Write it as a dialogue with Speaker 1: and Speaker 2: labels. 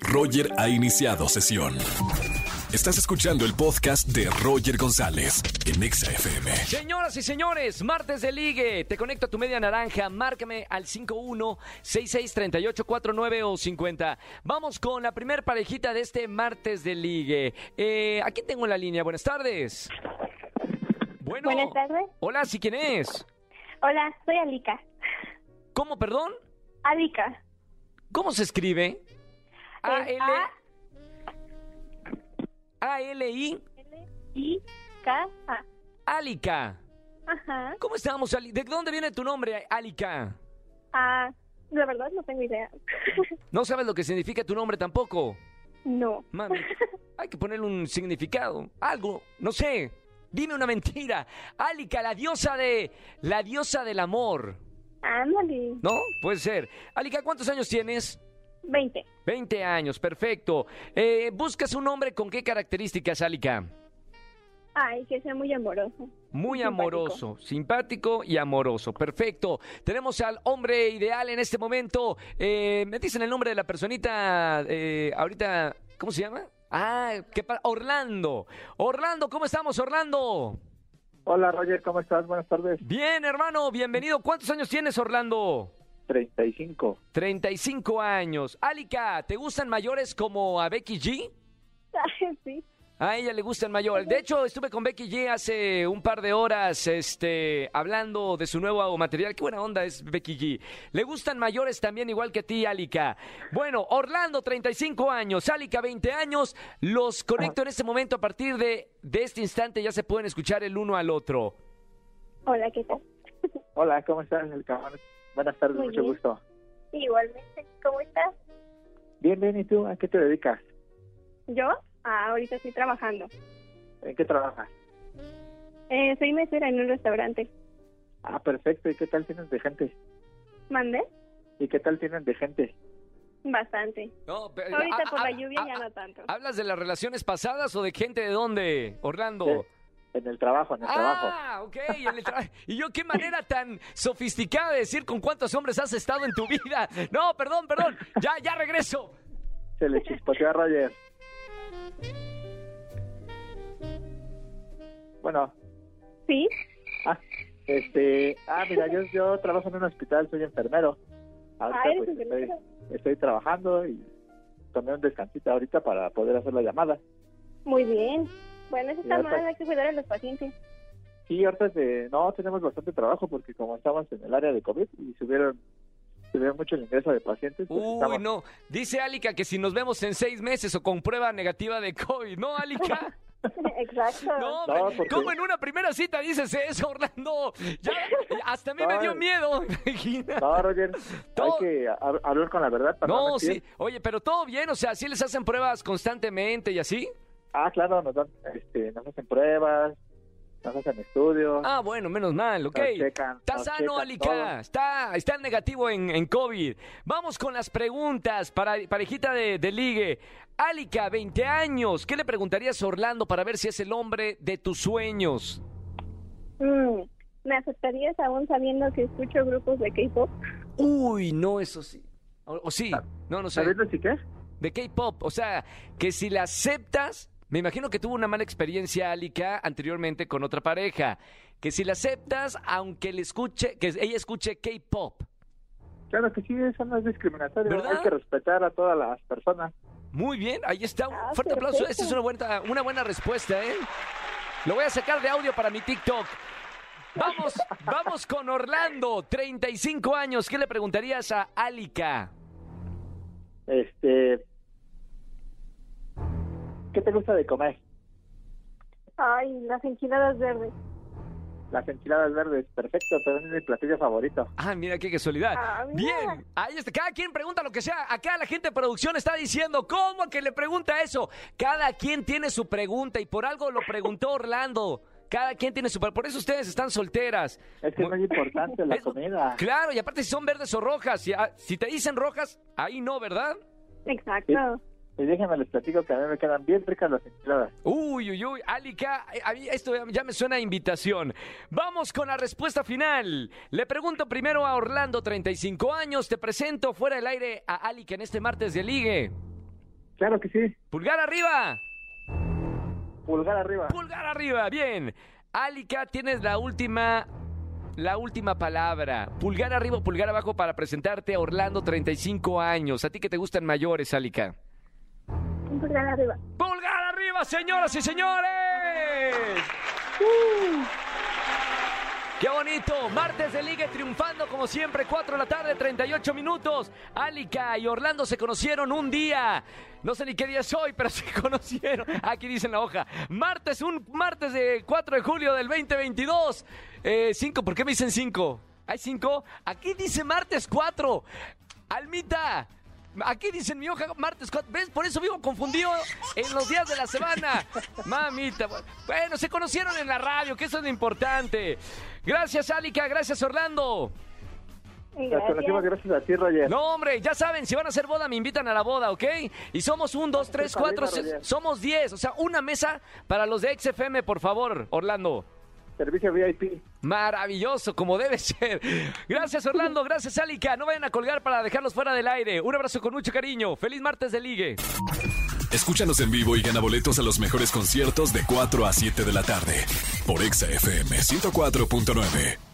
Speaker 1: Roger ha iniciado sesión. Estás escuchando el podcast de Roger González en Exa FM.
Speaker 2: Señoras y señores, martes de ligue. Te conecto a tu media naranja. Márcame al 51663849 o 50. Vamos con la primer parejita de este martes de ligue. Eh, ¿A quién tengo en la línea? Buenas tardes. Bueno,
Speaker 3: Buenas tardes.
Speaker 2: Hola, ¿sí quién es?
Speaker 3: Hola, soy Alica.
Speaker 2: ¿Cómo, perdón?
Speaker 3: Alica.
Speaker 2: ¿Cómo se escribe? A
Speaker 3: Es
Speaker 2: Ah, L A L
Speaker 3: Eh, A-
Speaker 2: I
Speaker 3: I K A.
Speaker 2: Alica.
Speaker 3: Ajá.
Speaker 2: ¿Cómo estamos? Ali? ¿De dónde viene tu nombre, Alica?
Speaker 3: Ah, la verdad no tengo idea.
Speaker 2: No sabes lo que significa tu nombre tampoco.
Speaker 3: no.
Speaker 2: Mami, hay que ponerle un significado, algo, no sé. Dime una mentira. Alica, la diosa de la diosa del amor,
Speaker 3: Ándale.
Speaker 2: ¿no? Puede ser. Alica, ¿cuántos años tienes?
Speaker 3: 20.
Speaker 2: 20 años, perfecto. Eh, ¿Buscas un hombre con qué características, Alica?
Speaker 3: Ay, que sea muy amoroso.
Speaker 2: Muy
Speaker 3: Simpático.
Speaker 2: amoroso, simpático y amoroso. Perfecto. Tenemos al hombre ideal en este momento. Eh, Me dicen el nombre de la personita eh, ahorita. ¿Cómo se llama? Ah, ¿qué pa- Orlando. Orlando, ¿cómo estamos, Orlando?
Speaker 4: Hola Roger, ¿cómo estás? Buenas tardes.
Speaker 2: Bien, hermano, bienvenido. ¿Cuántos años tienes, Orlando?
Speaker 4: 35.
Speaker 2: 35 años. Alica, ¿te gustan mayores como a Becky G?
Speaker 3: Ay, sí.
Speaker 2: A ella le gustan mayores. De hecho, estuve con Becky G hace un par de horas este, hablando de su nuevo material. Qué buena onda es Becky G. Le gustan mayores también, igual que a ti, Alica. Bueno, Orlando, 35 años. Alica, 20 años. Los conecto en este momento. A partir de, de este instante ya se pueden escuchar el uno al otro.
Speaker 3: Hola, ¿qué tal?
Speaker 4: Hola, ¿cómo estás? El cabrón? Buenas tardes,
Speaker 3: Muy
Speaker 4: mucho
Speaker 3: bien.
Speaker 4: gusto.
Speaker 3: Igualmente, ¿cómo estás?
Speaker 4: Bien, bien, ¿y tú? ¿A qué te dedicas?
Speaker 3: ¿Yo? Ah, ahorita estoy trabajando.
Speaker 4: ¿En qué trabajas?
Speaker 3: Eh, soy mesera en un restaurante.
Speaker 4: Ah, perfecto. ¿Y qué tal tienes de gente?
Speaker 3: ¿Mandé?
Speaker 4: ¿Y qué tal tienes de gente?
Speaker 3: Bastante.
Speaker 2: No, pero-
Speaker 3: Ahorita
Speaker 2: ah,
Speaker 3: por
Speaker 2: ah,
Speaker 3: la lluvia
Speaker 2: ah,
Speaker 3: ya
Speaker 2: ah,
Speaker 3: no tanto.
Speaker 2: ¿Hablas de las relaciones pasadas o de gente de dónde, Orlando?
Speaker 4: Sí, En el trabajo, en el trabajo.
Speaker 2: Ah, ok. en el tra- y yo, qué manera tan sofisticada de decir con cuántos hombres has estado en tu vida. No, perdón, perdón. Ya, ya regreso.
Speaker 4: Se le chispoteó a Roger. Bueno,
Speaker 3: ¿Sí?
Speaker 4: ah, este... Ah, mira, yo, yo trabajo en un hospital, soy enfermero. Ahorita
Speaker 3: Ah, eres
Speaker 4: pues, estoy,
Speaker 3: enfermero.
Speaker 4: estoy trabajando y tomé un descansito ahorita para poder hacer la llamada.
Speaker 3: Muy bien. Bueno, eso está
Speaker 4: Ya está.
Speaker 3: mal, hay que cuidar a los pacientes.
Speaker 4: Sí, ahorita de, no tenemos bastante trabajo porque como estamos en el área de COVID y subieron, subieron mucho el ingreso de pacientes, pues
Speaker 2: Uy,
Speaker 4: estamos-
Speaker 2: no. Dice Alica que si nos vemos en seis meses o con prueba negativa de COVID. No, Alica.
Speaker 3: Exacto.
Speaker 2: No,
Speaker 4: No,
Speaker 2: hombre,
Speaker 4: porque-
Speaker 2: ¿cómo en una primera cita dices eso, Orlando? Ya, hasta a mí me
Speaker 4: No,
Speaker 2: dio
Speaker 4: eh.
Speaker 2: miedo. Imagina.
Speaker 4: No, Roger, hay
Speaker 2: Todo-
Speaker 4: que hab- hablar con la verdad para no,
Speaker 2: No, sí.
Speaker 4: mentir.
Speaker 2: Oye, pero todo bien, o sea, ¿sí les hacen pruebas constantemente y así?
Speaker 4: Ah, claro, nos dan, este, nos hacen pruebas, nos hacen estudios,
Speaker 2: Ah, bueno, menos mal, ok.
Speaker 4: nos checan.
Speaker 2: Está
Speaker 4: nos
Speaker 2: sano,
Speaker 4: checan
Speaker 2: Alica. Está, está en negativo en, en COVID. Vamos con las preguntas para parejita de, de ligue. Alica, 20 años. ¿Qué le preguntarías a Orlando para ver si es el hombre de tus sueños?
Speaker 3: Mm, ¿Me aceptarías aún sabiendo que escucho grupos de K-pop?
Speaker 2: Uy, no, eso sí. O, o sí. No, no
Speaker 4: todo.
Speaker 2: sé.
Speaker 4: ¿Sabiendo si qué?
Speaker 2: De K-pop. O sea, que si la aceptas. Me imagino que tuvo una mala experiencia Alica anteriormente con otra pareja. Que si la aceptas, aunque le escuche, que ella escuche K-pop.
Speaker 4: Claro que sí, eso no es discriminatorio.
Speaker 2: ¿Verdad?
Speaker 4: Hay que respetar a todas las personas.
Speaker 2: Muy bien, ahí está. Un
Speaker 3: Ah,
Speaker 2: fuerte aplauso.
Speaker 3: perfecto.
Speaker 2: Esta es una buena, una buena respuesta, ¿eh? Lo voy a sacar de audio para mi TikTok. Vamos, vamos con Orlando, 35 años. ¿Qué le preguntarías a Alica?
Speaker 4: Este, ¿Qué te gusta de comer?
Speaker 3: Ay, las enchiladas verdes.
Speaker 4: Las enchiladas verdes, perfecto, pero es mi platillo favorito.
Speaker 2: Ah, mira qué casualidad.
Speaker 3: Ah, mira.
Speaker 2: Bien, ahí está. Cada quien pregunta lo que sea. Acá la gente de producción está diciendo, ¿cómo que le pregunta eso? Cada quien tiene su pregunta y por algo lo preguntó Orlando. Cada quien tiene su... Por eso ustedes están solteras.
Speaker 4: Es que es muy importante la
Speaker 2: Es-
Speaker 3: Ah.
Speaker 4: comida.
Speaker 2: Claro, y aparte si son verdes o rojas, si, ah, si te dicen rojas, ahí no, ¿verdad?
Speaker 3: Exacto.
Speaker 4: Y déjenme les platico que a mí me quedan bien ricas las enchiladas.
Speaker 2: Uy, uy, uy, Alica, a mí esto ya- ya me suena a invitación. Vamos con la respuesta final. Le pregunto primero a Orlando, 35 años, te presento fuera del aire a Alica en este martes de ligue.
Speaker 4: Claro que sí.
Speaker 2: Pulgar arriba.
Speaker 4: Pulgar arriba.
Speaker 2: Pulgar arriba. Bien. Alica, tienes la última la última palabra. Pulgar arriba o pulgar abajo para presentarte a Orlando 35 años. A ti que te gustan mayores, Alica.
Speaker 3: Un pulgar arriba.
Speaker 2: ¡Pulgar arriba, señoras y señores! Uh. ¡Qué bonito! Martes de Ligue triunfando como siempre, 4 de la tarde, 38 minutos. Alica y Orlando se conocieron un día. No sé ni qué día es hoy, pero se conocieron. Aquí dice en la hoja. Martes, un martes de 4 de julio del 2022. 5, ¿por qué me dicen 5? ¿Hay 5? Aquí dice martes 4. Almita, Aquí dice en mi hoja martes 4. ¿Ves? Por eso vivo confundido en los días de la semana. Mamita. Bueno, se conocieron en la radio, que eso es lo importante. Gracias, Alica. Gracias, Orlando.
Speaker 4: Las conocimos
Speaker 3: Gracias.
Speaker 4: gracias a ti, Roger.
Speaker 2: No, hombre, ya saben, si van a hacer boda, me invitan a la boda, ¿ok? Y somos un, dos, tres,
Speaker 4: Está bien,
Speaker 2: cuatro, seis-
Speaker 4: Roger.
Speaker 2: somos diez. O sea, una mesa para los de XFM, por favor, Orlando.
Speaker 4: Servicio VIP.
Speaker 2: Maravilloso, como debe ser. Gracias, Orlando. Gracias, Alica. No vayan a colgar para dejarlos fuera del aire. Un abrazo con mucho cariño. Feliz martes de ligue.
Speaker 1: Escúchanos en vivo y gana boletos a los mejores conciertos de 4 a 7 de la tarde por Exa FM 104.9.